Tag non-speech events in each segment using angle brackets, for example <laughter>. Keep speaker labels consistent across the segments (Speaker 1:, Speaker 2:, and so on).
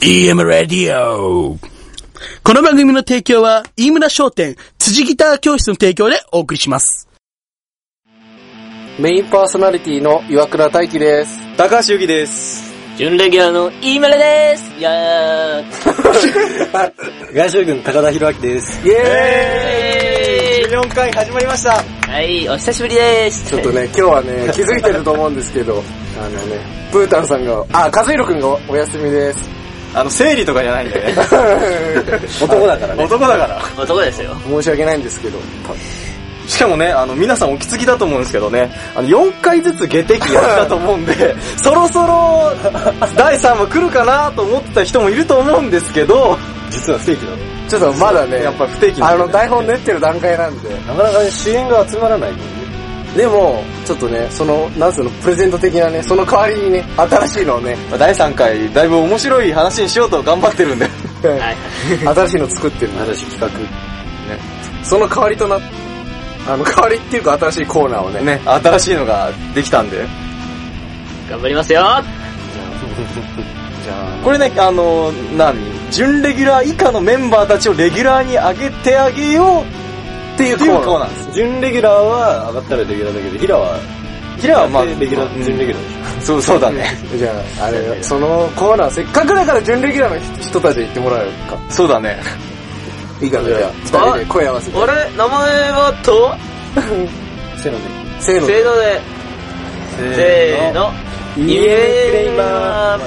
Speaker 1: EM ラディオこの番組の提供は、飯村商店、辻ギター教室の提供でお送りします。
Speaker 2: メインパーソナリティの岩倉大輝です。
Speaker 3: 高橋由紀です。
Speaker 4: 準レギュラーの飯村ですいやー
Speaker 3: 外相軍高田博明です。
Speaker 2: イ
Speaker 4: エーイ
Speaker 3: 14回始まりました。
Speaker 4: はい、お久しぶりです
Speaker 2: ちょっとね、今日はね、 <laughs> 気づいてると思うんですけど、あのね、ブータンさんが、あ、和弘くんがお休みです。
Speaker 3: あの、生理とかじゃないんでね。
Speaker 2: 男だから。
Speaker 3: <laughs> 男だから。
Speaker 4: 男ですよ。
Speaker 2: 申し訳ないんですけど、
Speaker 3: しかもね、あの、皆さんお気づきだと思うんですけどね、あの、4回ずつ下敵やったと思うんで、 <laughs> そろそろ、第3話来るかなと思ってた人もいると思うんですけど、実は不定期だね。
Speaker 2: ちょっとまだね、
Speaker 3: やっぱ不定期
Speaker 2: あ
Speaker 3: なんで
Speaker 2: の、台本練ってる段階なんで、
Speaker 3: なかなかね、支援が集まらない
Speaker 2: でも、ちょっとね、その、なんつうの、プレゼント的なね、その代わりにね、新しいのを <laughs> ね、
Speaker 3: 第3回、だいぶ面白い話にしようと頑張ってるんで。
Speaker 4: はい。
Speaker 2: 新しいの作ってるんで
Speaker 3: しい企
Speaker 2: その代わりとな、あの、代わりっていうか新しいコーナーをね、
Speaker 3: ね、新しいのができたんで。
Speaker 4: 頑張りますよ
Speaker 2: じゃあ、
Speaker 3: これね、あの、何準レギュラー以下のメンバーたちをレギュラーに上げてあげようっていう
Speaker 2: コーナー
Speaker 3: コーナーです。準レギュラーは上がったらレギュラーだけど、ヒラは、ヒラはまあ、レギュラー、準レギュラーそう、そうだね。
Speaker 2: じゃあ、あれ、そのコーナー、せっかくだから準レギュラーの人たちに行ってもらえるか。
Speaker 3: そうだね。
Speaker 2: いいかな、じゃあ、二人で声合わせて。
Speaker 4: あれ名前はと、
Speaker 3: せーの
Speaker 2: せーの。
Speaker 4: せーので、せー。の。イエーイ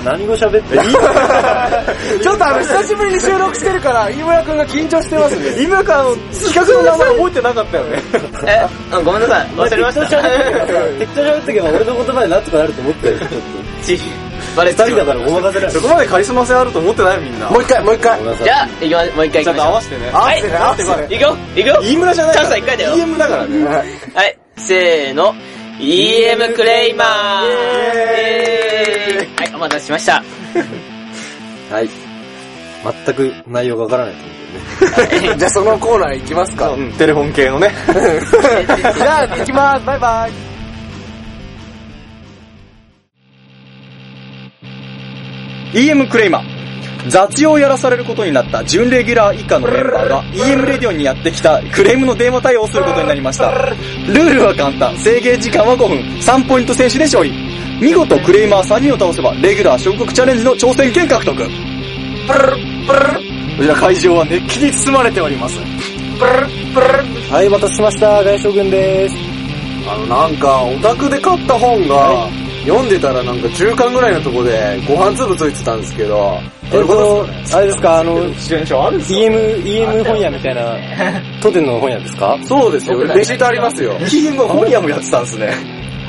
Speaker 3: 何語喋ってる
Speaker 2: ちょっとあの、久しぶりに収録してるから、飯村くんが緊張してますね。
Speaker 3: 今からの企画の名前覚えてなかったよね。
Speaker 4: え、あごめんなさい。忘れました。
Speaker 3: <laughs> 適当喋ってけば俺の言葉になっとかなると思ったよ。
Speaker 4: ちバレ
Speaker 3: 二人だからごまかせない。そこまでカリスマ性あると思ってないみんな。
Speaker 2: もう一回、もう一回。
Speaker 4: じゃあ、行きま、もう一回
Speaker 3: ち
Speaker 4: 行
Speaker 3: ゃ
Speaker 4: きま
Speaker 3: ん
Speaker 4: し
Speaker 3: と合
Speaker 4: ょ
Speaker 3: わ
Speaker 4: う。
Speaker 3: せてね。
Speaker 2: 合わせてね、合わせてね。
Speaker 4: 行くよ行くよ
Speaker 3: 飯村じゃない
Speaker 4: チャンスは一回だよ
Speaker 3: EM だからね。
Speaker 2: はい
Speaker 4: はい、せーの。EM クレイマー
Speaker 3: イエーイ
Speaker 4: イエーイはい、お待たせしました。
Speaker 5: はい。全く内容がわからないと思
Speaker 2: じゃあそのコーナー行きますか。
Speaker 3: うん、テレフォン系のね。
Speaker 2: じゃあ、行きます。バイバイ。
Speaker 3: EM クレイマー。雑用をやらされることになった準レギュラー以下のメンバーが EM レディオンにやってきたクレームの電話対応をすることになりました。ルールは簡単。制限時間は5分。3ポイント先取で勝利。見事クレイマー3人を倒せば、レギュラー昇格チャレンジの挑戦権獲得。こちら会場は熱気に包まれております。
Speaker 5: う。はい、お待たせしました。外相軍です。
Speaker 2: あの、なんか、オタクで買った本が、読んでたらなんか中間ぐらいのとこで、ご飯粒ついてたんですけど、
Speaker 5: え
Speaker 2: ど
Speaker 5: っ
Speaker 2: ういうこと
Speaker 5: と、あれですか、あの、
Speaker 3: あるん
Speaker 5: EM、EM 本屋みたいな、当店の本屋ですか
Speaker 2: そうですよ。レシートあり
Speaker 5: <laughs>
Speaker 2: ますよ。
Speaker 3: ?EM は本屋もやってたんですね。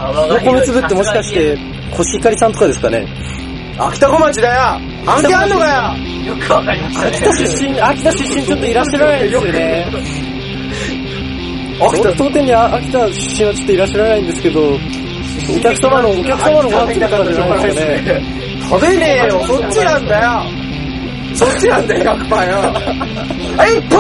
Speaker 5: お米粒ってもしかして、コシヒカリさんとかですかね
Speaker 2: 秋田小町だよ暗記あんのかよ
Speaker 4: よくわかりましたね。
Speaker 5: 秋田出身、秋田出身ちょっといらっしゃらないですよね。
Speaker 2: 秋田
Speaker 5: 当店にあ秋田出身はちょっといらっしゃらないんですけど、お客様の、お客様のご飯とかじゃないですよね。
Speaker 2: 食べねえよそっちなんだよそっちなんだよ、100パ <laughs> ーよ。えっと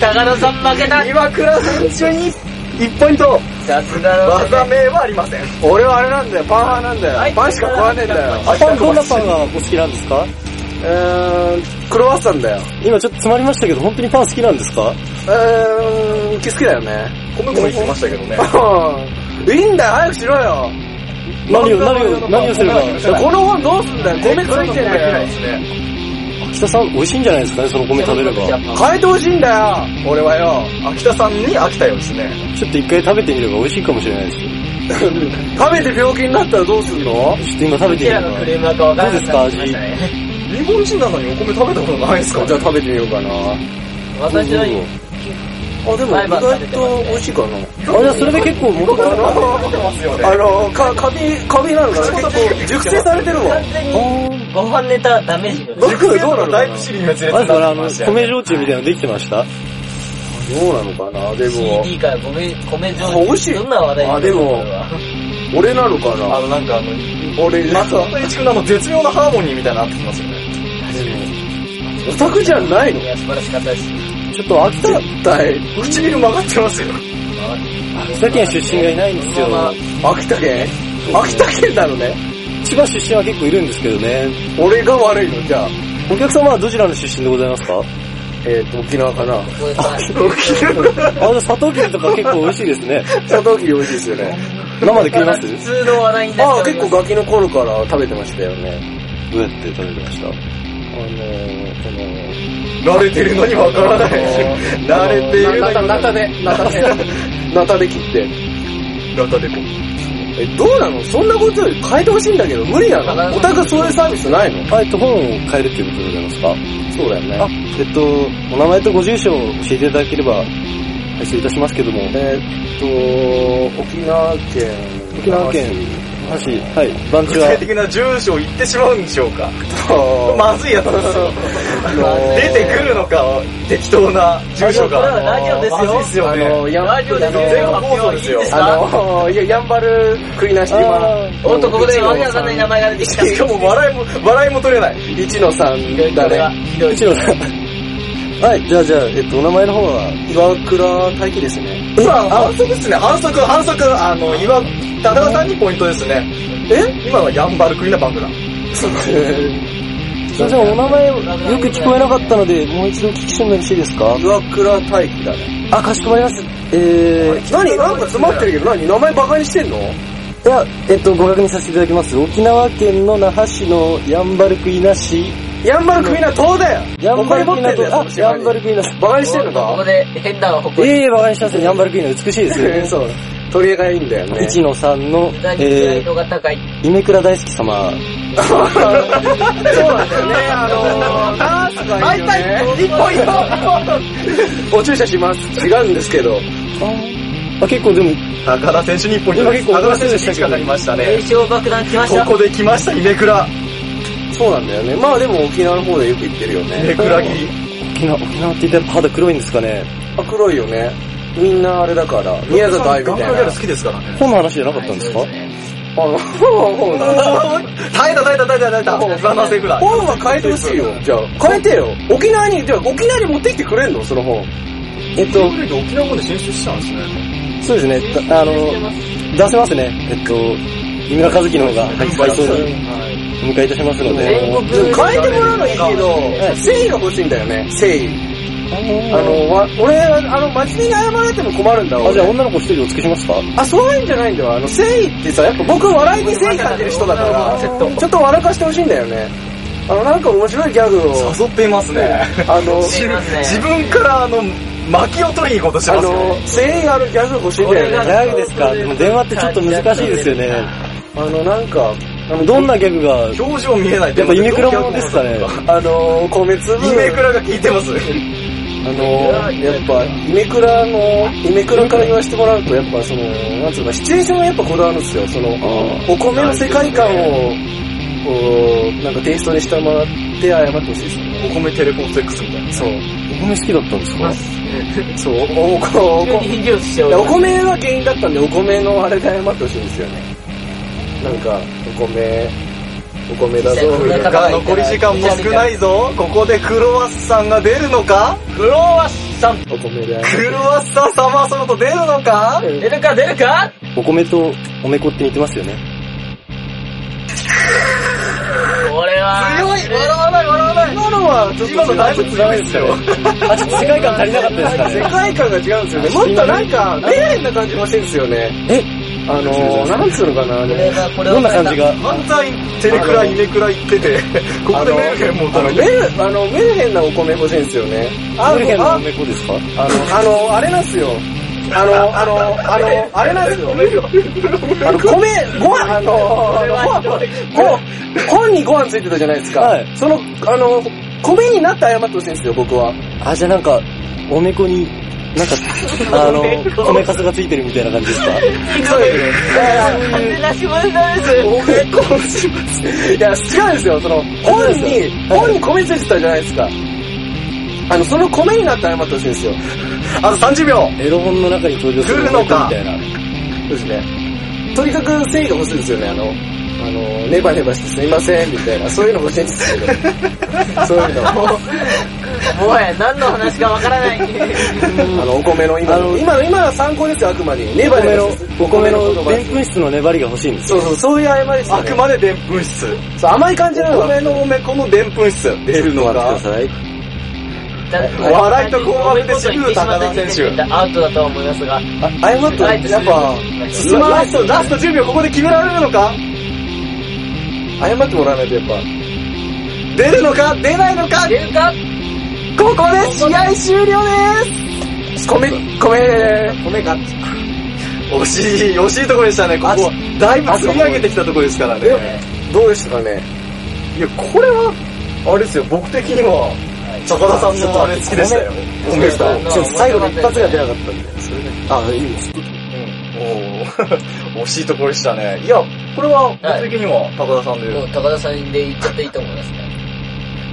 Speaker 4: 高田さん負けた
Speaker 2: 岩倉選手に1ポイント
Speaker 4: さすがの
Speaker 3: 技名はありません。
Speaker 2: 俺はあれなんだよ、パン派なんだ
Speaker 4: は
Speaker 2: よ。
Speaker 4: い
Speaker 2: パンしか食わねえんだよ。
Speaker 5: あ、パン、どんなパンがお好きなんですか
Speaker 2: うーん、クロワッサンだよ。
Speaker 5: 今ちょっと詰まりましたけど、本当にパン好きなんですか
Speaker 2: うーん、好きだよね。
Speaker 3: こんなこと言ってましたけどね。
Speaker 2: <laughs> いいんだよ、早くしろよ。
Speaker 5: 何を、何を、何をすれば。
Speaker 2: この本どうすんだよ、米ついてんだよ。
Speaker 5: 秋田さん、美味しいんじゃないですかね、その米食べれば。ち
Speaker 2: 変えてほしいんだよ、俺はよ。
Speaker 3: 秋田さんに飽きたようですね。
Speaker 5: ょっと一回食べてみれば美味しいかもしれないですよ。
Speaker 2: 食べて病気になったらどうすんの
Speaker 5: ちょっと今食べてみ
Speaker 4: キ
Speaker 5: れ
Speaker 4: ラ
Speaker 5: ば
Speaker 4: のク。レームはかわからなくなってきましたね。
Speaker 3: 日本人なのにお米食べたことないんですか
Speaker 2: じゃあ食べてみようかな。あ、
Speaker 4: 私のに、
Speaker 2: でも
Speaker 4: 毎
Speaker 2: 意
Speaker 4: 晩食べ
Speaker 2: 外
Speaker 4: てますね
Speaker 2: と美味しいかな。
Speaker 5: あ、じゃあそれで結構元からな。
Speaker 2: あの、か、カビ、カビなのかな結構、熟成されてるもん。
Speaker 4: 完全にご飯ネタダメージの。
Speaker 2: どうなの
Speaker 3: だいぶ尻にがつれ
Speaker 5: あ
Speaker 3: て
Speaker 5: れそれ
Speaker 3: た。
Speaker 5: あの、米焼酎みたいなのできてました
Speaker 2: どうなのかなでも、
Speaker 4: CD から米、米
Speaker 2: あ
Speaker 4: 状
Speaker 2: 美味しい
Speaker 4: どんな話題
Speaker 2: あでも
Speaker 4: これは
Speaker 2: 俺なのか
Speaker 3: あ
Speaker 2: な
Speaker 3: の、なんかあの、
Speaker 2: 俺、ま
Speaker 3: 松
Speaker 2: た、
Speaker 3: 本一君のあの絶妙なハーモニーみたいなのあってきますよね。
Speaker 2: オタクじゃないの
Speaker 4: いや、素晴らしかったです。
Speaker 5: ちょっと秋田、
Speaker 2: 絶対。
Speaker 3: 唇曲がってますよ。
Speaker 5: 秋田県出身がいないんですよ。
Speaker 2: 秋田県秋田県なのね。
Speaker 4: 千葉出身は結構いるんですけどね。
Speaker 2: 俺が悪いのじゃあ。
Speaker 4: お客様はどちらの出身でございますか
Speaker 2: えっ、と、沖縄かな。
Speaker 4: あの、砂糖切りとか結構美味しいですね。
Speaker 2: 砂糖切り美味しいですよね。
Speaker 4: 生で食えます
Speaker 6: 普通の話題にな
Speaker 2: あ
Speaker 6: っ
Speaker 2: あ、
Speaker 6: てお
Speaker 2: 結
Speaker 6: ります
Speaker 2: 構ガキの頃から食べてましたよね。
Speaker 4: どうやって食べてました
Speaker 2: あの
Speaker 3: 慣れてるのにわからない。慣れているのに。
Speaker 2: ナタで、ナタで。ナタで切って。
Speaker 3: ナタでも。
Speaker 2: え、どうなのそんなことより変えてほしいんだけど、無理なのオタクそういうサービスないの
Speaker 4: はい、と本を変えるっていうことでございますか
Speaker 2: そうだよね。
Speaker 4: あ、えっと、お名前とご住所を教えていただければ、配信いたしますけども、
Speaker 2: えーっと、沖縄県。
Speaker 4: 沖縄県
Speaker 2: 那覇市。
Speaker 4: 橋、はい、番地
Speaker 3: 具
Speaker 4: は、
Speaker 3: 体的な住所を言ってしまうんでしょうか。
Speaker 2: あ <laughs>
Speaker 3: まずいやつですよ。出てくるのか、適当な住所
Speaker 6: これは
Speaker 3: が。
Speaker 6: ラジオです
Speaker 3: まずい
Speaker 6: よ
Speaker 3: っすよ
Speaker 2: あ
Speaker 3: ね。
Speaker 2: の、や
Speaker 6: ラジオで全部発表いいんです
Speaker 2: あ
Speaker 6: か
Speaker 2: の、いや、やんばる食いなして今、
Speaker 6: おっと、ここでわけわかんない名前が出てきた。
Speaker 3: しかも笑いも、笑いも取れない。
Speaker 2: 一の三だ
Speaker 6: これは
Speaker 2: ね。
Speaker 6: ひどい。
Speaker 4: 一郎さん。はい、じゃあじゃあ、えっと、お名前の方は、
Speaker 2: 岩倉大輝です <laughs> ね。
Speaker 3: 今、反則ですね。反則、反則。あの、岩、田中さんにポイントですね。え今はヤンバルクイナバンクだ。
Speaker 4: すいません、お名前よく聞こえなかったので、もう一度お聞きしてもよろしいですか
Speaker 2: 岩倉大輝だね。
Speaker 4: あ、かしこまります。えー、
Speaker 2: 何なんか詰まってるけど、何名前バカにしてんの
Speaker 4: いや、えっと、ご確認させていただきます。沖縄県の那覇市のヤンバルクイナ市、
Speaker 2: やんばる食いな島だよ
Speaker 4: ヤンバルクイナ
Speaker 2: バカに持
Speaker 4: あ
Speaker 2: ってん、だよ
Speaker 4: ヤンバルクイナさん。
Speaker 2: バカにしてんの
Speaker 6: ここ
Speaker 2: か
Speaker 6: で変な誇り。
Speaker 4: ええー、バカにしません。ヤンバルクイナ美しいですよ
Speaker 2: <laughs>
Speaker 4: ね。
Speaker 2: そう。取り柄がいいんだよね。
Speaker 4: 一野さんの、
Speaker 6: 何プライ
Speaker 4: えー、
Speaker 6: ドが高い。
Speaker 4: 夢倉大好き様。
Speaker 2: そうなんだよね、あのー、ナースがいいよね。一本一本お注射します。違うんですけど。
Speaker 4: あ、結構でも、
Speaker 3: 高田選手にポイントです。
Speaker 4: 今結
Speaker 3: 高
Speaker 4: 構
Speaker 3: 田選手に近くなりました
Speaker 6: 名
Speaker 3: ね。
Speaker 6: 称爆弾来ました。
Speaker 3: ここで来ました、イクラ
Speaker 2: そうなんだよね。まあでも沖縄の方でよく行ってるよ
Speaker 3: イネ
Speaker 2: ね。
Speaker 3: クラ切り。
Speaker 4: 沖縄、沖縄って言ったら肌黒いんですかね。
Speaker 2: あ、黒いよね。みんなあれだから、宮里愛み
Speaker 3: ガンガ
Speaker 2: た
Speaker 3: ンギャ
Speaker 2: い
Speaker 3: ル
Speaker 2: な
Speaker 3: 好。きですからね。
Speaker 4: 本の話じゃなかったんですか、
Speaker 6: はいそうね
Speaker 2: あの、本
Speaker 3: <laughs> 耐えた耐えた耐えた耐えた。もうザナセフラ。
Speaker 2: 本は変えてほしいよ。じゃあ、変えてよ。沖縄に、じゃあ沖縄に持ってきてくれんのその本。
Speaker 4: えっと、
Speaker 3: 沖縄まで進出したんですね。
Speaker 4: そうですね。だあの、出せますね。えっと、井村和樹の方が、はい、配送にお迎えいたしますので。
Speaker 6: 全国
Speaker 2: でも変えてもらうのいいけど、誠意が欲しいんだよね。誠意。あの、わ俺、あの、真面目に謝られても困るんだわ
Speaker 4: あ、じゃあ女の子一人お付けしますか
Speaker 2: あ、そういうんじゃないんだよ。あの、誠意ってさ、やっぱ僕笑いに誠意感じる人だから、ちょっと笑かしてほしいんだよね。あの、なんか面白いギャグを、
Speaker 3: 誘っていますね。
Speaker 2: あの、
Speaker 6: すいません
Speaker 3: 自分からあの、巻きを取りに行こうとして
Speaker 2: あ
Speaker 3: ます
Speaker 2: の、
Speaker 3: よ。
Speaker 2: 誠意あるギャグ欲しいんだよ
Speaker 4: ギ
Speaker 2: ね。
Speaker 4: ャグですかでも電話ってちょっと難しいですよね。
Speaker 2: あの、なんか、
Speaker 4: あの、どんなギャグが、
Speaker 3: 表情見えない。
Speaker 4: やっぱイメクラものですかね。
Speaker 2: あの、米粒、
Speaker 3: イメクラが効いてます。
Speaker 2: あの、やっぱ、イメクラの、イメクラから言わせてもらうと、やっぱその、なんつうのか、シチュエーションがやっぱこだわるんですよ。その、お米の世界観を、こう、なんかテイストにしてもらって謝ってほしいですね。
Speaker 3: お米テレフォンセックスみ <laughs> たいな。
Speaker 2: そう。
Speaker 4: お米好きだったんですか
Speaker 2: そう、お、お、お、お
Speaker 6: 急に返事をしており
Speaker 2: お
Speaker 6: ます。
Speaker 2: 米が原因だったんで、お米のあれで謝ってほしいんですよね。なんか、お米、お米だぞ、みたいな。
Speaker 3: が残り時間も少ないぞ。ここでクロワッサンが出るのか
Speaker 6: クロワッサン。
Speaker 2: お米で謝
Speaker 3: クロワッサンサマーソルト出るのか
Speaker 6: 出るか出るか
Speaker 4: お米とおめこって似てますよね。
Speaker 6: これは。
Speaker 3: 強い笑わない笑わない今のは、今のだいぶ強いで
Speaker 4: <laughs>
Speaker 3: すよ。
Speaker 4: あ、ちょっと世界観足りなかったですか
Speaker 2: 世
Speaker 4: ね。
Speaker 2: 界観が違うんですよね。もっとなんか、レアな感じもしてるんですよね。
Speaker 4: え
Speaker 2: あのー、なんつうのかな、あ
Speaker 6: こ
Speaker 2: れ
Speaker 6: れ。はこれは
Speaker 4: どんな感じが
Speaker 3: 反対、テレクラ、イメクラ言ってて、ここでメルヘンも
Speaker 2: あの、
Speaker 3: ら
Speaker 2: メル、あの、メルヘンなお米欲しいんですよね。あ
Speaker 4: メルヘンの
Speaker 2: あ
Speaker 4: おめこですか
Speaker 2: あの、あの、あれなんすよ。あの、あの、あの、あれなんすよ。あの、米、ご飯、あの、ご、本にご飯ついてたじゃないですか。
Speaker 4: はい
Speaker 2: その、あの、米になって謝ってほしいんですよ、僕は。
Speaker 4: あ、じゃあなんか、おめこに、なんか、あの、米かすがついてるみたいな感じですか
Speaker 6: 勝手なしもなんです。
Speaker 2: おめこします。いや、違うんですよ、その、本に、本に米ついてたじゃないですか。あの、その米になって謝ってほしいんですよ。
Speaker 3: あと30秒
Speaker 4: エロ本の中に登場するおめこみたいな。
Speaker 2: そうですね。とにかく誠意が欲しいですよね、あの、あの、ネバネバしてすいません、みたいな、そういうの欲しいんですけど、そういうの。
Speaker 6: もはや何の話かわからない。
Speaker 2: あの、お米の今の、今の、今は参考ですよ、あくまで。
Speaker 4: お
Speaker 2: 粘りの
Speaker 4: 米の、お米のでん
Speaker 2: 言葉
Speaker 4: ぷん質の粘りが欲しいんです。
Speaker 2: そうそう、そういう誤りですよ、
Speaker 3: あ
Speaker 2: ね。
Speaker 3: くまででんぷん質。
Speaker 2: そう、甘い感じなの
Speaker 3: お
Speaker 2: が。
Speaker 3: 米のおめこのでんぷん質。出るのが。
Speaker 2: い。
Speaker 3: 笑いと困惑で渋野高田選手
Speaker 6: アウトだとは思いますが。
Speaker 2: あ、謝っと、やっぱ、進まな
Speaker 3: ラ
Speaker 2: い
Speaker 3: スト、ラスト10秒ここで決められるのか
Speaker 2: 謝ってもらわないと、やっぱ。
Speaker 3: 出るのか出ないのか
Speaker 6: 出るか
Speaker 3: ここで試合終了です米、米、米か。惜しい、惜しいとこでしたね、ここは。だいぶ積み上げてきたとこですからね。
Speaker 2: どうでしたかね。
Speaker 3: いや、これは、あれですよ、僕的には、高田さんのあれ好きでしたよ。
Speaker 2: どうでしたちょっと最後の一発が出なかったんで。あ、いいです。
Speaker 3: おお <laughs> 惜しいところでしたね。いや、これは僕的には高田さんで。
Speaker 6: もう高田さんで言っちゃっていいと思いますね。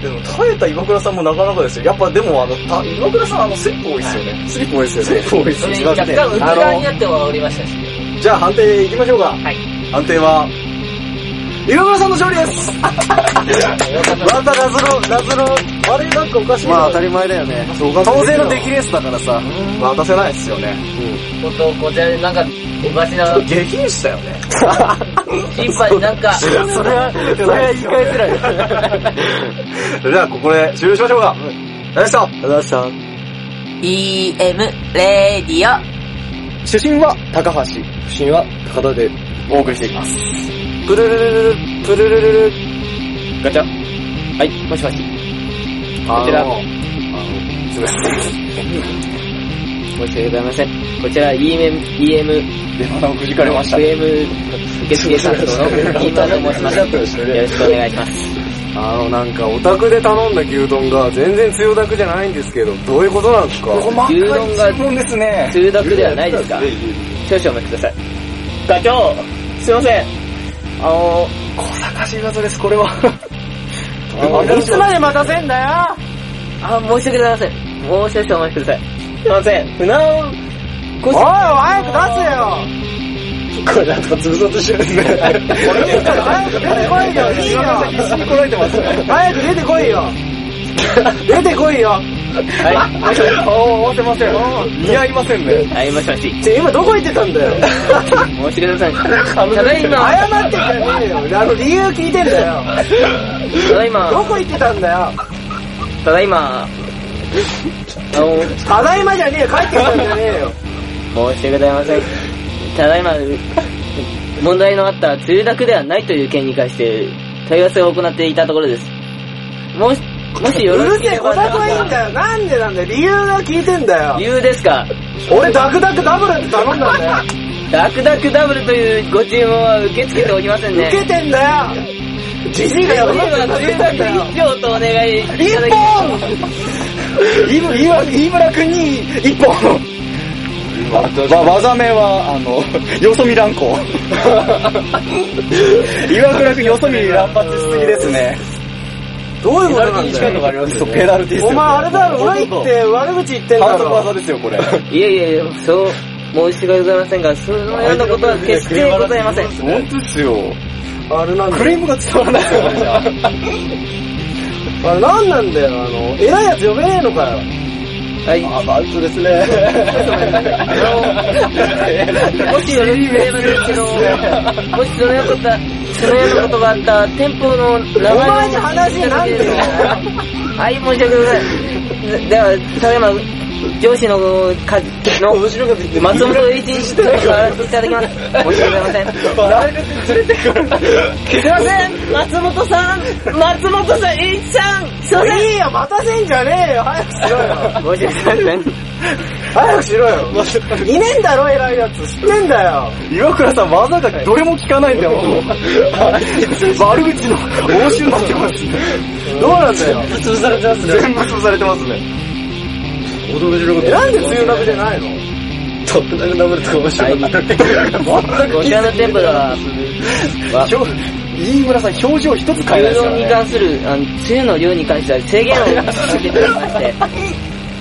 Speaker 3: でも耐えた岩倉さんもなかなかですよ。やっぱでもあの、た岩倉さんあのスリップ多いですよね。
Speaker 2: スリップ多いですよね。
Speaker 3: 多いで
Speaker 6: それに若干、うつ側になってはおりましたし。
Speaker 3: じゃあ判定いきましょうか。
Speaker 6: はい。
Speaker 3: 判定は、岩倉さんの勝利
Speaker 2: <laughs>
Speaker 3: です
Speaker 2: また謎の、謎の、あれなんかおかしいな。
Speaker 4: まあ当たり前だよね。
Speaker 2: 当然の出来レースだからさ。
Speaker 3: 渡せないですよね。
Speaker 6: 本当、こちらでなんか、おかしな、
Speaker 3: 激変したよ
Speaker 6: <laughs>
Speaker 3: ね。
Speaker 6: 審判になんか、
Speaker 4: それは、それは言い返せない。
Speaker 3: それではここで終了しましょうか。ナイスだ
Speaker 6: EM レディオ。
Speaker 3: 主審は高橋。
Speaker 4: 不審は高田で。
Speaker 3: お送りしていきます。
Speaker 4: プルルルルル、プルルルルル。ガチャ。はい、もしもし。こちら。申し訳ございません。こちら EM、EM、
Speaker 3: 出花をくじかれました。
Speaker 4: FM 受付 <laughs> 担当の飯村と申します。よろしくお願いします。
Speaker 2: あの、なんか、オタクで頼んだ牛丼が全然強だくじゃないんですけど、どういうことなんですか
Speaker 3: 細
Speaker 4: 牛丼が
Speaker 3: 分ですね。
Speaker 4: 通読ではないですか少々お待ちください。課長すいません。あの、
Speaker 3: 小坂仕事です、これは。
Speaker 4: いつまで待たせんだよあ、申し訳ございません。もう少々お待ちください。すいません。船尾、おい、早く出
Speaker 2: これなんか潰そうとしてるんですね。
Speaker 4: せよいいから早く出てこいよいいよ
Speaker 3: 必死にこらえてますね。
Speaker 4: 早く出てこいよ出てこいよはい。おー、押せません。
Speaker 3: 似合いませんね。
Speaker 4: はい、もしもし。
Speaker 2: じゃあ今どこ行ってたんだよ。
Speaker 4: 申し訳ございま <laughs> せん。ただいま、
Speaker 2: 謝ってんじゃねえよ。あの、理由聞いてんだよ。
Speaker 4: ただい
Speaker 2: ど
Speaker 4: ま、
Speaker 2: こ行ってたんだよ。
Speaker 4: ただい <laughs> ま、あの、
Speaker 2: ただいまじゃねえよ。帰ってきたんじゃねえよ。
Speaker 4: 申し訳ございません。ただいま、問題のあった通学ではないという件に関して、問い合わせを行っていたところです。もし、もしよ
Speaker 2: う
Speaker 4: ろ
Speaker 2: る
Speaker 4: しけ
Speaker 2: せえ、
Speaker 4: れ
Speaker 2: 小
Speaker 4: ば、
Speaker 2: 田はいいんだよ。なんでなんだよ。理由が聞いてんだよ
Speaker 4: 理。由ですか
Speaker 2: 俺、ダクダクダブルって頼んだんだよ。
Speaker 4: ダクダクダブルというご注文は受け付けておりませんね。
Speaker 2: 受けてんだよ。じじいが
Speaker 4: 次
Speaker 2: やば
Speaker 4: は
Speaker 2: かったん
Speaker 4: 通
Speaker 2: だよ
Speaker 4: 学。一票とお願いいただきます。
Speaker 3: 飯村飯村君に一本。わ、技名は、あの、 <laughs> よそ見乱行。 <laughs> 岩倉君よそ見乱発しすぎですね。
Speaker 2: どういうことなんだよ。
Speaker 3: がありますそう、ペダルティス
Speaker 2: お前、あれだろ、裏行って悪口言ってんだ
Speaker 3: 反則技
Speaker 2: ろ。
Speaker 3: ですよ、これ。
Speaker 4: いやいや、そう、申し訳ございませんが、そのようなことは決してございません。
Speaker 3: <laughs> 本当ですよ。
Speaker 2: あれなんだ
Speaker 3: ク
Speaker 2: よ。
Speaker 3: レームが伝わらないですよ、
Speaker 2: あれなんなんだよ。あの、偉いやつ呼べねえのかよ。
Speaker 4: はい。
Speaker 3: あ、バウトですね。
Speaker 4: もしよろしければですけど、もしそのようなことが、そのようなことがあった、店舗の名前を。
Speaker 2: お前に話になんねえよ
Speaker 4: はい、申し訳ございません。では、ただいま、上司の、か、の、
Speaker 2: 面白いこと言ってる
Speaker 4: 松本一日と変わらせていただきます。申し訳ございません。すいません、松本さん、松本さん、一日さん、すいません。
Speaker 2: いいよ、待たせんじゃねえよ。早くしろよ。
Speaker 4: 申し訳ございません。
Speaker 2: 早くしろよ。いねえんだろ、偉いやつ。知ってんだよ。
Speaker 3: <laughs> 岩倉さん、技がどれも効かないんだ <laughs> よ、もう悪口の応酬になってますね。
Speaker 2: どうなんだよ。
Speaker 3: 潰されてますね。全部潰されてますね。
Speaker 2: えなんで梅雨なくじゃないの
Speaker 4: こちらの店舗では、
Speaker 3: ひょ飯村さん、表情一つ変えない
Speaker 4: 牛
Speaker 3: です
Speaker 4: 丼
Speaker 3: から
Speaker 4: に
Speaker 3: ね。
Speaker 4: 関する、あの、梅雨の量に関しては制限をかけておりまして、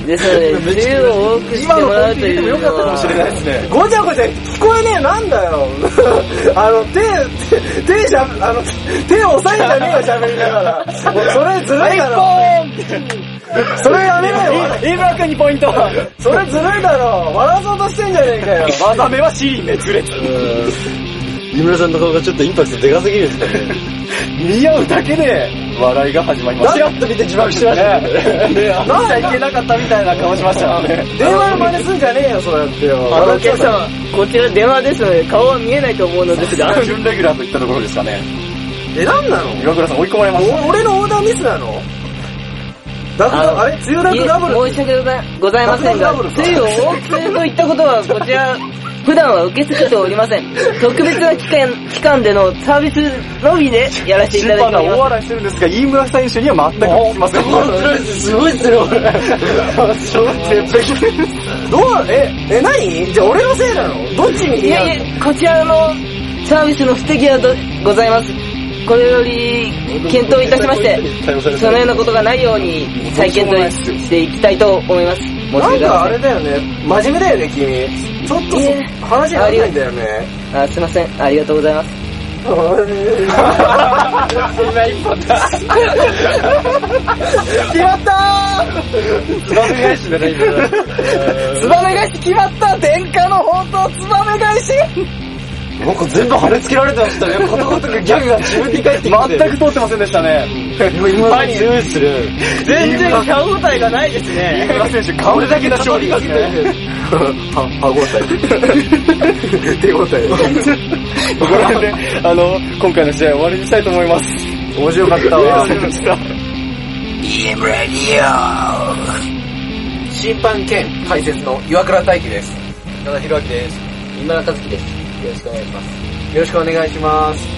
Speaker 4: ですので、ブルーを多くしてもらうというのは。
Speaker 3: ですね。
Speaker 2: ごちゃごちゃ聞こえねえ、なんだよ。 <laughs> あの、手、手、手しゃ、あの、手を押さえたねえよ、喋りながら。もうそれずるいだろ。それやめろよ。
Speaker 3: イブラ君にポイント
Speaker 2: それずるいだろ。笑わそうとしてんじゃねえかよ。
Speaker 3: わざめはシーン滅裂。
Speaker 7: 井村さんの顔がちょっとインパクトでかすぎるんですかね。
Speaker 3: 見合うだけで、笑いが始まりまし
Speaker 7: チ
Speaker 3: た
Speaker 7: ラ。ッと見て自爆しましたね。
Speaker 3: ね、あんちゃいけなかったみたいな顔しましたよね。
Speaker 2: 電話の真似すんじゃねえよ、そうやってよ。
Speaker 4: あのお客様、こちら電話ですので、顔は見えないと思うのですが、
Speaker 3: 準レギュラーといったところですかね。
Speaker 2: え、なんなの
Speaker 3: 岩倉さん追い込まれました。
Speaker 2: お俺のオーダーミスなのダブ
Speaker 4: あ
Speaker 2: ル、
Speaker 4: の
Speaker 2: あれ強ラ
Speaker 4: い
Speaker 2: ク
Speaker 4: え
Speaker 2: ダブル
Speaker 4: 申し訳ございございません
Speaker 2: ダ
Speaker 4: が
Speaker 2: ブルダブ、ル
Speaker 4: つゆを多くするといったことは、こちら、普段は受け付けておりません。特別な期間期間でのサービスのみでやらせてい
Speaker 3: 審
Speaker 4: ただい
Speaker 3: 判
Speaker 4: てお
Speaker 3: が
Speaker 4: り
Speaker 3: 大
Speaker 4: ます。
Speaker 3: 笑いしてるんですが、飯村選手には全く聞きません。
Speaker 7: すごいっ
Speaker 2: <laughs>
Speaker 7: すね、これ。
Speaker 2: どうえ、え、何じゃあ俺のせいなのどっちに
Speaker 4: いやいや、こちらのサービスの不適合でございます。これより検討いたしまして、そのようなことがないように再検討していきたいと思います。申し
Speaker 2: な
Speaker 4: 訳
Speaker 2: ん
Speaker 4: ございま
Speaker 2: かあれだよね、真面目だよね、君。ちょっと
Speaker 4: いえ
Speaker 2: そ話があるんだよね。
Speaker 4: せん。あ、すいません。ありがとうございます。
Speaker 2: そんな一本だ。決まった
Speaker 3: つばめ返しじゃないんだよ。
Speaker 2: ーツバメ返し決まった天下の宝刀ツバメ返し
Speaker 7: なんか全部貼り付けられてましたね。ことごとくギャグが自分に返ってきて。
Speaker 3: 全く通ってませんでしたね。
Speaker 7: 今の強いっすね。
Speaker 6: 全然歯応えがないですね。
Speaker 3: 飯村選手、顔だけの勝利ですね。
Speaker 2: は、はごえ。手応え。
Speaker 3: ここら辺で、あの、今回の試合終わりにしたいと思います。
Speaker 2: 面白かったわ。審判兼解説の岩倉大輝です。田田博明です。
Speaker 4: 今村和樹です。
Speaker 2: よろしくお願いします。
Speaker 6: も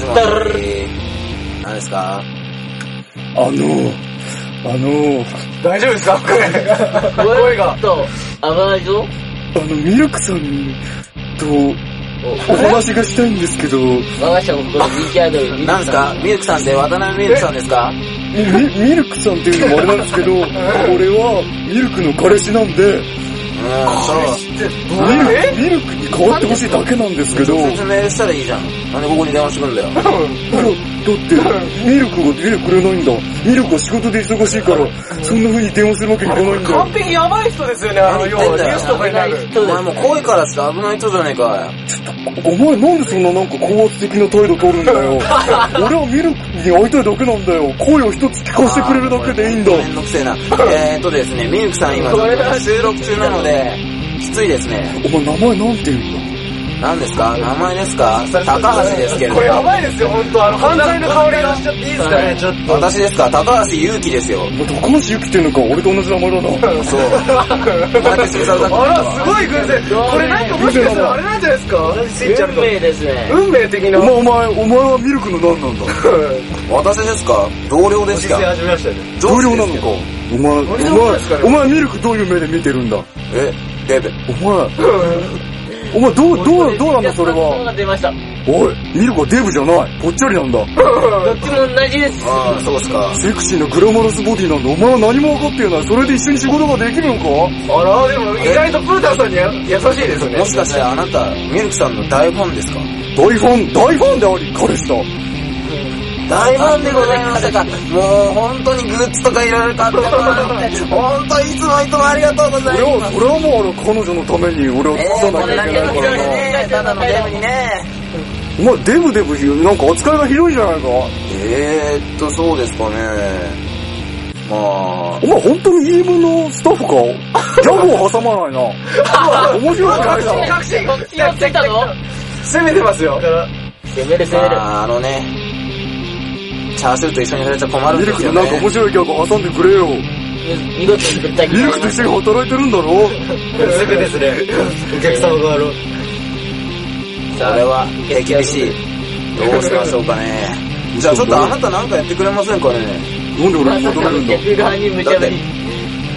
Speaker 6: しもし。何ですか
Speaker 2: 大丈夫
Speaker 4: <laughs>
Speaker 2: ですか
Speaker 4: 声が。と、危ないぞ。あの、ミルクさんと、お話がしたいんですけど。我が社のこの人気アイドル、ミルク
Speaker 6: 何
Speaker 4: さん
Speaker 6: ですかミルクさんで渡辺ミルクさんですかミルクさんっていうのもあれなんですけど、俺はミルクの彼氏なんで、ミルクに変わってほしいだけなんですけど。説明したらいいじゃん。なんで僕に電話してくるんだよ。
Speaker 2: 完璧やばい人ですよね、あの、要は、ニュースとかになる。
Speaker 6: お前もう恋からして危ない人じゃねえか。
Speaker 8: お前なんでそんななんか高圧的な態度取るんだよ。俺はミルクに会いたいだけなんだよ。声を一つ聞かせてくれるだけでいいんだ。
Speaker 6: めんどくせえな。えーっとですね、ミルクさん今収録中なので、きついですね。
Speaker 8: お前名前なんて言うんだ
Speaker 6: 何ですか名前ですか高橋ですけれど
Speaker 2: こ
Speaker 6: も
Speaker 2: れ。やばいですよ、本当あの、犯罪の香りがしちゃっていいですかね。
Speaker 6: 私ですか高橋祐希ですよ。
Speaker 8: お前高橋ゆきっていうのか俺と同じ名前だな。
Speaker 6: そう。マジでされたく
Speaker 2: あ
Speaker 6: ない
Speaker 2: ら、すごい偶然。これなんかもしかしたらあれなんじゃないですかしんちゃん
Speaker 4: 運
Speaker 2: と。
Speaker 4: 命ですね。
Speaker 2: 運命的な。
Speaker 8: お前、お前、お前はミルクの何なんだ
Speaker 6: 私ですか同僚ですか
Speaker 2: 始めましたね。
Speaker 6: 同僚なのか
Speaker 8: お前、お
Speaker 2: 俺のことですか
Speaker 8: 前、お前ミルクどういう目で見てるんだ
Speaker 6: え、デブ。
Speaker 8: お前、お前どう、
Speaker 6: <laughs>
Speaker 8: どう、どうなんだそれ
Speaker 4: そう
Speaker 8: は。
Speaker 4: が出ました。
Speaker 8: おい、ミルクはデブじゃない。ぽっちゃりなんだ。
Speaker 4: どっちも同じです。
Speaker 6: ああ、そうっすか。
Speaker 8: セクシーなグラマラスボディなんだ。お前は何も分かっていない。それで一緒に仕事ができるのか
Speaker 2: あら、でも意外とプーターさんにや優しいですね
Speaker 6: も。しかしてあなた、ミルクさんの大ファンですか
Speaker 8: 大ファン、大ファンであり、彼氏だ。
Speaker 6: 大ファンでございましたかもう本当にグッズとかいろいろ買ってもらって、本当いつもいつもありがとうござ
Speaker 8: 俺
Speaker 6: いま
Speaker 8: は、
Speaker 6: す。
Speaker 8: 俺はもうあの彼女のために俺は
Speaker 6: え
Speaker 8: 出さ
Speaker 6: ー、
Speaker 8: な
Speaker 6: これ
Speaker 8: き
Speaker 6: だ
Speaker 8: ゃい
Speaker 6: け
Speaker 8: け
Speaker 6: の
Speaker 8: ない
Speaker 6: 広
Speaker 8: か
Speaker 6: い
Speaker 8: らな。
Speaker 6: ね、ただのデブにね。
Speaker 8: お前デブデブひなんか扱いが広いじゃないか。
Speaker 6: えーっと、そうですかね。まあ、
Speaker 8: お前本当に EM のスタッフかギャグを挟まない
Speaker 6: <laughs>
Speaker 8: な。面白いじゃないか。
Speaker 2: 確信
Speaker 4: こっちをついたの
Speaker 2: 攻めてますよ。
Speaker 4: 攻める攻める。
Speaker 6: まあ、あのね、チャーシューと一緒にされちゃ困るんで
Speaker 8: ミルク
Speaker 6: すよ
Speaker 8: でなんか
Speaker 6: ね。
Speaker 8: 面白いギャグ挟んでくれよ。
Speaker 4: 見事に絶対
Speaker 8: ミルクと一緒に働いてるんだろ
Speaker 2: すぐですね。お客様があろう。
Speaker 6: これは手厳しい。どうしましょうかね。じゃあちょっとあなたなんかやってくれませんかね。
Speaker 8: なんで俺に働れるんだ
Speaker 4: 逆側に無茶ぶり。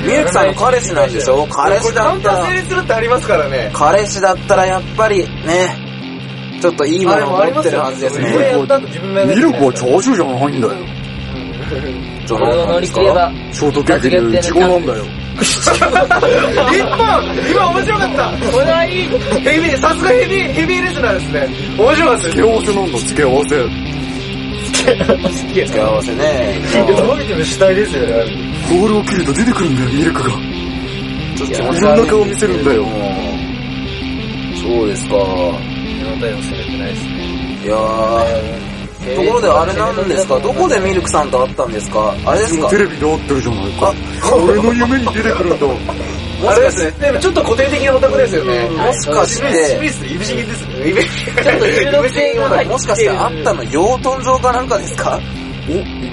Speaker 6: ミルクさんの彼氏なんでしょ彼氏だ
Speaker 2: カウ
Speaker 6: っ
Speaker 2: ンタ
Speaker 6: た
Speaker 2: ー成
Speaker 6: ら、
Speaker 2: 立するってありますからね。
Speaker 6: 彼氏だったらやっぱりね、ちょっといいものを持ってるはずです
Speaker 2: これ
Speaker 6: ね。
Speaker 2: やった後自分もや
Speaker 8: <laughs> ミ
Speaker 2: る
Speaker 8: ルクはチャーシューじゃないんだよ。
Speaker 3: じゃ
Speaker 4: これを乗り切れば、
Speaker 8: ショートケーキでイチゴなんだよ。
Speaker 2: 一本今面白かった
Speaker 4: お題に
Speaker 2: ヘビー、さすがヘビー、ヘビーレスラーですね。面白かったです
Speaker 8: 付け合わせなんだ、付け合わせ。
Speaker 3: 付け合わせね。
Speaker 2: 届いてる死体ですよね。
Speaker 8: ボールを切ると出てくるんだよ、ミルクが。
Speaker 3: ちょっと気持
Speaker 8: い
Speaker 3: ち
Speaker 8: ろん
Speaker 3: 悪。
Speaker 8: ない顔見せるんだよ。
Speaker 3: そうですか。
Speaker 2: 今対応されてないですね。
Speaker 3: いやー。ところであれなんですかどこでミルクさんと会ったんですかあれですか
Speaker 8: テレビで会ってるじゃないか。俺の夢に出てくるんだ。
Speaker 2: あれですね。でもちょっと固定的なオタクですよね。
Speaker 3: もしかし
Speaker 2: シビ
Speaker 3: て、
Speaker 2: スイブシギですね。イブ
Speaker 4: ちょっと有毒性が入って
Speaker 3: もしかしてあったの養豚場かなんかですか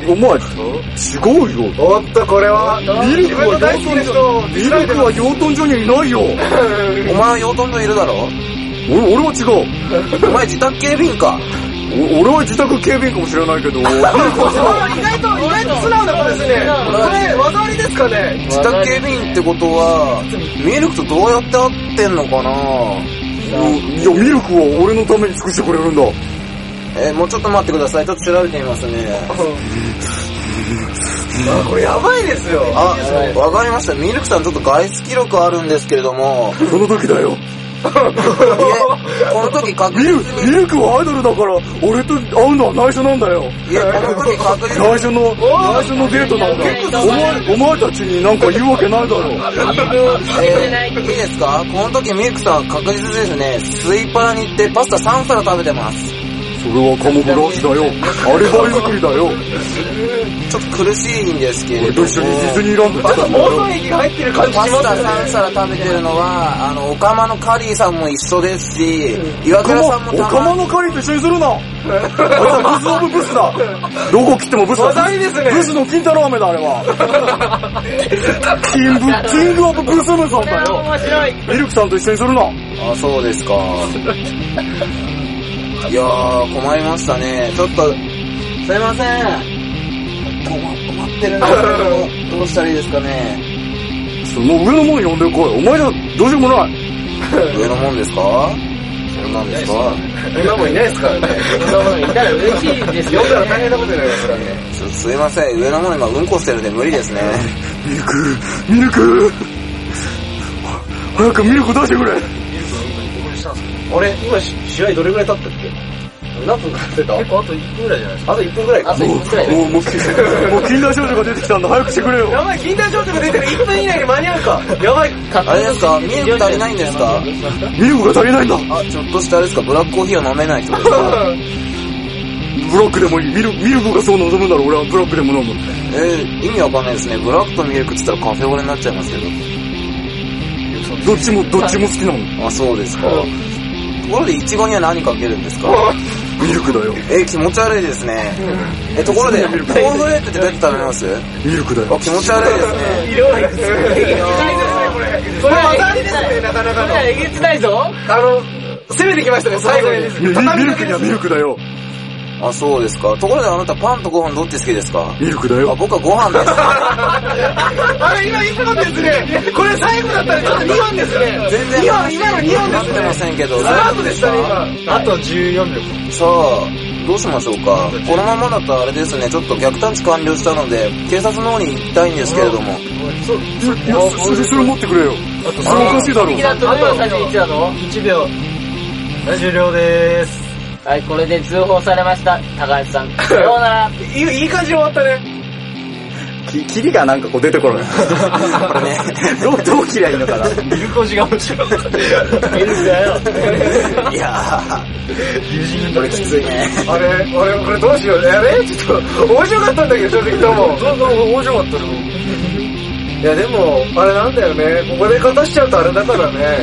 Speaker 8: お、お前、違うよ。
Speaker 2: おっと、これは、
Speaker 8: ミル
Speaker 2: 自
Speaker 8: ク
Speaker 2: 分の
Speaker 8: は
Speaker 2: 大好きな
Speaker 8: 養豚
Speaker 2: 人を
Speaker 8: 場、
Speaker 2: デ
Speaker 8: ミ
Speaker 2: ィ
Speaker 8: ル
Speaker 2: ス
Speaker 8: ク
Speaker 2: られてま
Speaker 8: は養豚場にいないよ。
Speaker 3: お前は養豚場いるだろ
Speaker 8: 俺、俺は違う。
Speaker 3: お前自宅警備員か。
Speaker 8: お俺は自宅警備員かもしれないけど、ミルク
Speaker 2: す。あ
Speaker 8: は
Speaker 2: ー意外と、意外と素直な子ですね。これ、技ありですかね
Speaker 3: 自宅警備員ってことは、ミルクとどうやって会ってんのかな
Speaker 8: 違う。いや、ミルクは俺のために尽くしてくれるんだ。
Speaker 3: えーもうちょっと待ってください。ちょっと調べてみますね。
Speaker 2: あこれやばいですよ。
Speaker 3: あ、わかりました。ミルクさんちょっと外出記録あるんですけれども、
Speaker 8: その時だよ。
Speaker 3: えこの時確
Speaker 8: ミ
Speaker 3: 実
Speaker 8: ルク、ミルクはアイドルだから、俺と会うのは内緒なんだよ。
Speaker 3: いや、この時確
Speaker 8: <laughs>
Speaker 3: 実
Speaker 8: 内緒の、内緒のデートなんだ。お前、お前たちになんか言うわけないだろ。
Speaker 4: 言い分を聞いてくれない
Speaker 3: え。ーいいですかこの時ミルクさんは確実ですね、スイパラに行ってパスタ3皿食べてます。
Speaker 8: それはカモフラージュだよ。アリバイ作りだよ。
Speaker 3: ちょっと苦しいんですけれ
Speaker 8: 俺
Speaker 3: ど
Speaker 8: と
Speaker 3: も。
Speaker 8: 一緒にディズニーランド来たんだ
Speaker 2: 妄想
Speaker 8: よ。
Speaker 2: 劇が入ってる感じし
Speaker 3: パスタ
Speaker 2: ますね。
Speaker 3: 3皿食べてるのは、あの、オカマのカリーさんも一緒ですし、岩倉さんも
Speaker 8: お
Speaker 3: た
Speaker 8: か
Speaker 3: ま
Speaker 8: まの狩りと一緒にするな。あいつはブスオブブスだ。 <laughs> どこ切ってもブスだ。
Speaker 2: 技ありですね
Speaker 8: ブスの金太郎飴だ、あれは。
Speaker 3: <laughs>
Speaker 8: キング、キングオブブスムさんだよ。
Speaker 4: 面白い。
Speaker 8: ミルクさんと一緒にするな。
Speaker 3: あ、そうで
Speaker 4: <laughs>
Speaker 3: すか。いやー、困りましたね。ちょっと、すいません。困困ってるんですけど、どうしたらいいですかね。
Speaker 8: その上のもん呼んでこい。お前じゃどうしようもない。
Speaker 3: 上のもんですかそんなんですか
Speaker 2: そんなもんいないですからね。
Speaker 4: そんなもんいたら嬉しいで
Speaker 2: <laughs>
Speaker 4: すよ
Speaker 2: 読んだら大
Speaker 4: ね。
Speaker 2: 変なことになりますからね。
Speaker 3: ちょすいません、上のもん今うんこしてるんで無理ですね。
Speaker 8: ミルク、ミルク。早くミルク出してくれ。
Speaker 2: あれ、今試合どれぐらい経ったっけ何分かってたあ
Speaker 4: 構あと1分ぐらいじゃないですか。
Speaker 2: と1分ぐらいか
Speaker 4: あ。と1分くらい
Speaker 8: もう、もう、もう、禁断症状が出てきたんだ。早くしてくれよ。
Speaker 2: やばい、禁断症状が出てる。1分以内に間に合うか。やばい。
Speaker 3: あれですかミルク足りないんですか
Speaker 8: ミルクが足りないんだ。
Speaker 3: あ、ちょっとしたあれですかブラックコーヒーは飲めない人ですか
Speaker 8: ブラックでもいい。ミルミルクがそう望むなら俺はブラックでも飲む。
Speaker 3: えー、意味わかんないですね。ブラックとミルクって言ったらカフェオレになっちゃいますけ
Speaker 8: どっちも、どっちも好きなの。
Speaker 3: ど。あ、そうですか。ところで、イチゴには何かけるんですか
Speaker 8: ミルクだよ。
Speaker 3: え、気持ち悪いですね。え、ところで、コーンフレークってどうやって食べますあ、
Speaker 8: ミルクだよ。
Speaker 3: 気持ち悪いですね。
Speaker 2: 色がいくつこれ。これ技ありですね、なかなかの。
Speaker 4: えげつないぞ。
Speaker 2: あの、攻めてきましたね、最後に。
Speaker 8: ミミミルクにはミルクだよ。
Speaker 3: あ、そうですか。ところで、あなたパンとご飯どっち好きですか
Speaker 8: ミルクだ
Speaker 3: あ、
Speaker 8: よ。
Speaker 3: 僕はご飯です。
Speaker 2: <laughs> あれ、今一本ですね。これ最後だったらちょっと2本ですね。
Speaker 3: 全然、
Speaker 2: 今今の二本です
Speaker 3: なってませんけど。
Speaker 2: スタートでしたね、今。あと14秒。
Speaker 3: さあ、どうしましょうか。このままだとあれですね、ちょっと逆探知完了したので、警察の方に行きたいんですけれども。
Speaker 8: いやいや、それ、それ持ってくれよ。それおかしいだろ
Speaker 4: 的な
Speaker 8: う。
Speaker 4: ところをされていつだの
Speaker 2: 1秒。終了でーす。
Speaker 4: はい、これで通報されました。高橋さん。さようなら。
Speaker 2: いいいい感じに終わったね。
Speaker 9: き、キリがなんかこう出てこない。
Speaker 3: これね、
Speaker 9: どう、どう切りゃいいのかな。
Speaker 2: ミルコジが面白かった。
Speaker 4: いるんだよ。
Speaker 3: いや
Speaker 2: これきついね。あれ、あれ、これどうしよう。あれちょっと、面白かったんだけど、正直どうも。どうも、面白かったいや、でも、あれなんだよね。ここで勝たしちゃうとあれだからね。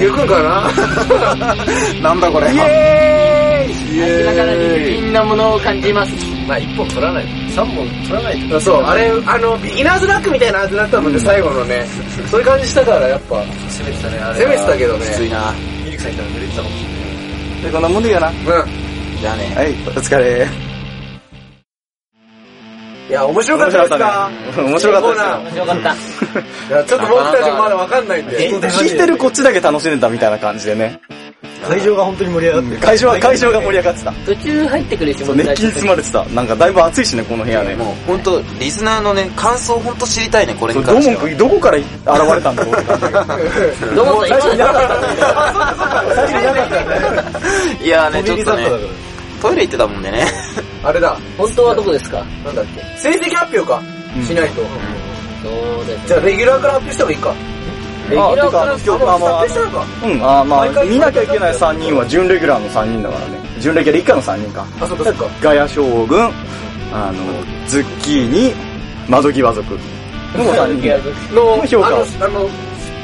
Speaker 2: ゆうくんかな
Speaker 3: ー、なんだこれ。
Speaker 2: イエー
Speaker 4: 明らかな理不尽なものを感じます。まあ、一本取らない。
Speaker 2: イ !3 本取らないと。そう、あれ、あの、ビギナーズラックみたいなはずだったもんね、最後のね。そういう感じしたから、やっぱ。攻めてたね、あれ。攻めてたけどね。
Speaker 3: きついな。
Speaker 2: ミルクさん来たら濡れてたもんね。
Speaker 9: でこんなもんでいいかな。は
Speaker 2: う
Speaker 3: じゃあね。
Speaker 9: い、お疲れ。
Speaker 2: ん。いや、面白かったですか
Speaker 9: ね。面白かった
Speaker 4: 面白かった。
Speaker 2: いや、ちょっと僕たちもまだわかんないんで。
Speaker 9: ですよ。聞いてるこっちだけ楽しんでたみたいな感じでね。
Speaker 2: 会場が本当に盛り上がってる。
Speaker 3: 会場は、会場が盛り上がってた。
Speaker 4: 途中入ってくるし、も
Speaker 3: そう、熱気に包まれてた。なんかだいぶ暑いしね、この部屋ね。
Speaker 10: もう本当リスナーのね、感想本当知りたいね、これ
Speaker 3: そ
Speaker 10: に
Speaker 3: う、ド
Speaker 10: 関し
Speaker 3: モ
Speaker 10: て
Speaker 3: ン
Speaker 10: は。
Speaker 3: 君、どこから現れたん <laughs> だろうって感じが。
Speaker 4: どうも、今
Speaker 2: 最初いなかったよね。
Speaker 10: いやーね、ちょっと
Speaker 2: だか
Speaker 10: ね、トイレ行ってたもんでね。
Speaker 2: ら。あれだ、
Speaker 4: 本当はどこですか
Speaker 2: なんだっけ。成績発表か。しないと。
Speaker 4: そうです。
Speaker 2: じゃあ、レギュラーから発表した方がいいか。
Speaker 4: レギュラーから
Speaker 3: あてかあの今日あの
Speaker 2: 発表したのか。
Speaker 3: うん、あーま
Speaker 2: 毎
Speaker 3: あ、
Speaker 2: 回
Speaker 3: 見なきゃいけない3人は準レギュラーの3人だからね。準レギュラー以下の3人か。
Speaker 2: あ、そっかそっか。
Speaker 3: ガヤ将軍、あの、ズッキーニ、窓際 <laughs> 族。の3人。
Speaker 2: の、
Speaker 3: 評価
Speaker 2: あの、あの、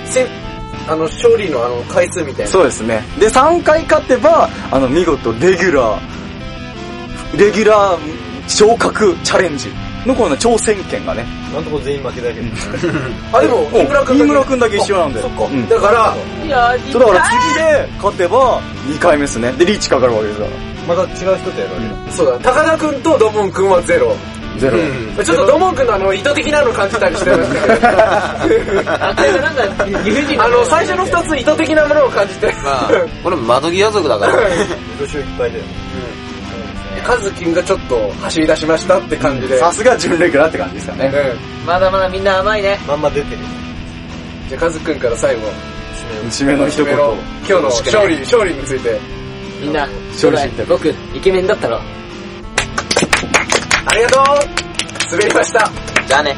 Speaker 2: せあの、勝利のあの、回数みたいな。
Speaker 3: そうですね。で、3回勝てば、あの、見事、レギュラー、レギュラー昇格チャレンジのこの挑戦権がね。
Speaker 2: なんとこ全員負けだけど。 <laughs> あ、でも、
Speaker 3: うん
Speaker 2: 飯村君
Speaker 3: 飯村君だけ一緒なんだよ
Speaker 2: あそっか
Speaker 3: うん
Speaker 2: だから、
Speaker 3: そうだから次で勝てば、2回目ですね。で、リーチかかるわけですから。
Speaker 2: また違う人とやるわけだ。そうだ、高田君とドモン君はゼロ。
Speaker 3: ゼロ。
Speaker 2: ちょっとドモン君のあの、意図的なの感じたりしてましたけど。
Speaker 4: あ、これがなん
Speaker 3: <laughs>
Speaker 4: か、理不尽な
Speaker 2: あの、最初の二つ意図的なものを感じて。
Speaker 10: まあ、これ窓際族だから。
Speaker 2: カズキンがちょっと走り出しましたって感じで。
Speaker 3: さすが準レギュラーって感じですよね。
Speaker 2: うん
Speaker 4: まだまだみんな甘いね。
Speaker 2: まんま出てる。じゃあカズくんから最後、
Speaker 3: 締めの一
Speaker 2: 締め
Speaker 3: 言。
Speaker 2: の今日の勝利、勝利について。
Speaker 4: みんな、
Speaker 3: 勝利してる
Speaker 4: 僕、イケメンだったろ。
Speaker 2: ありがとう滑りました
Speaker 10: じゃあね。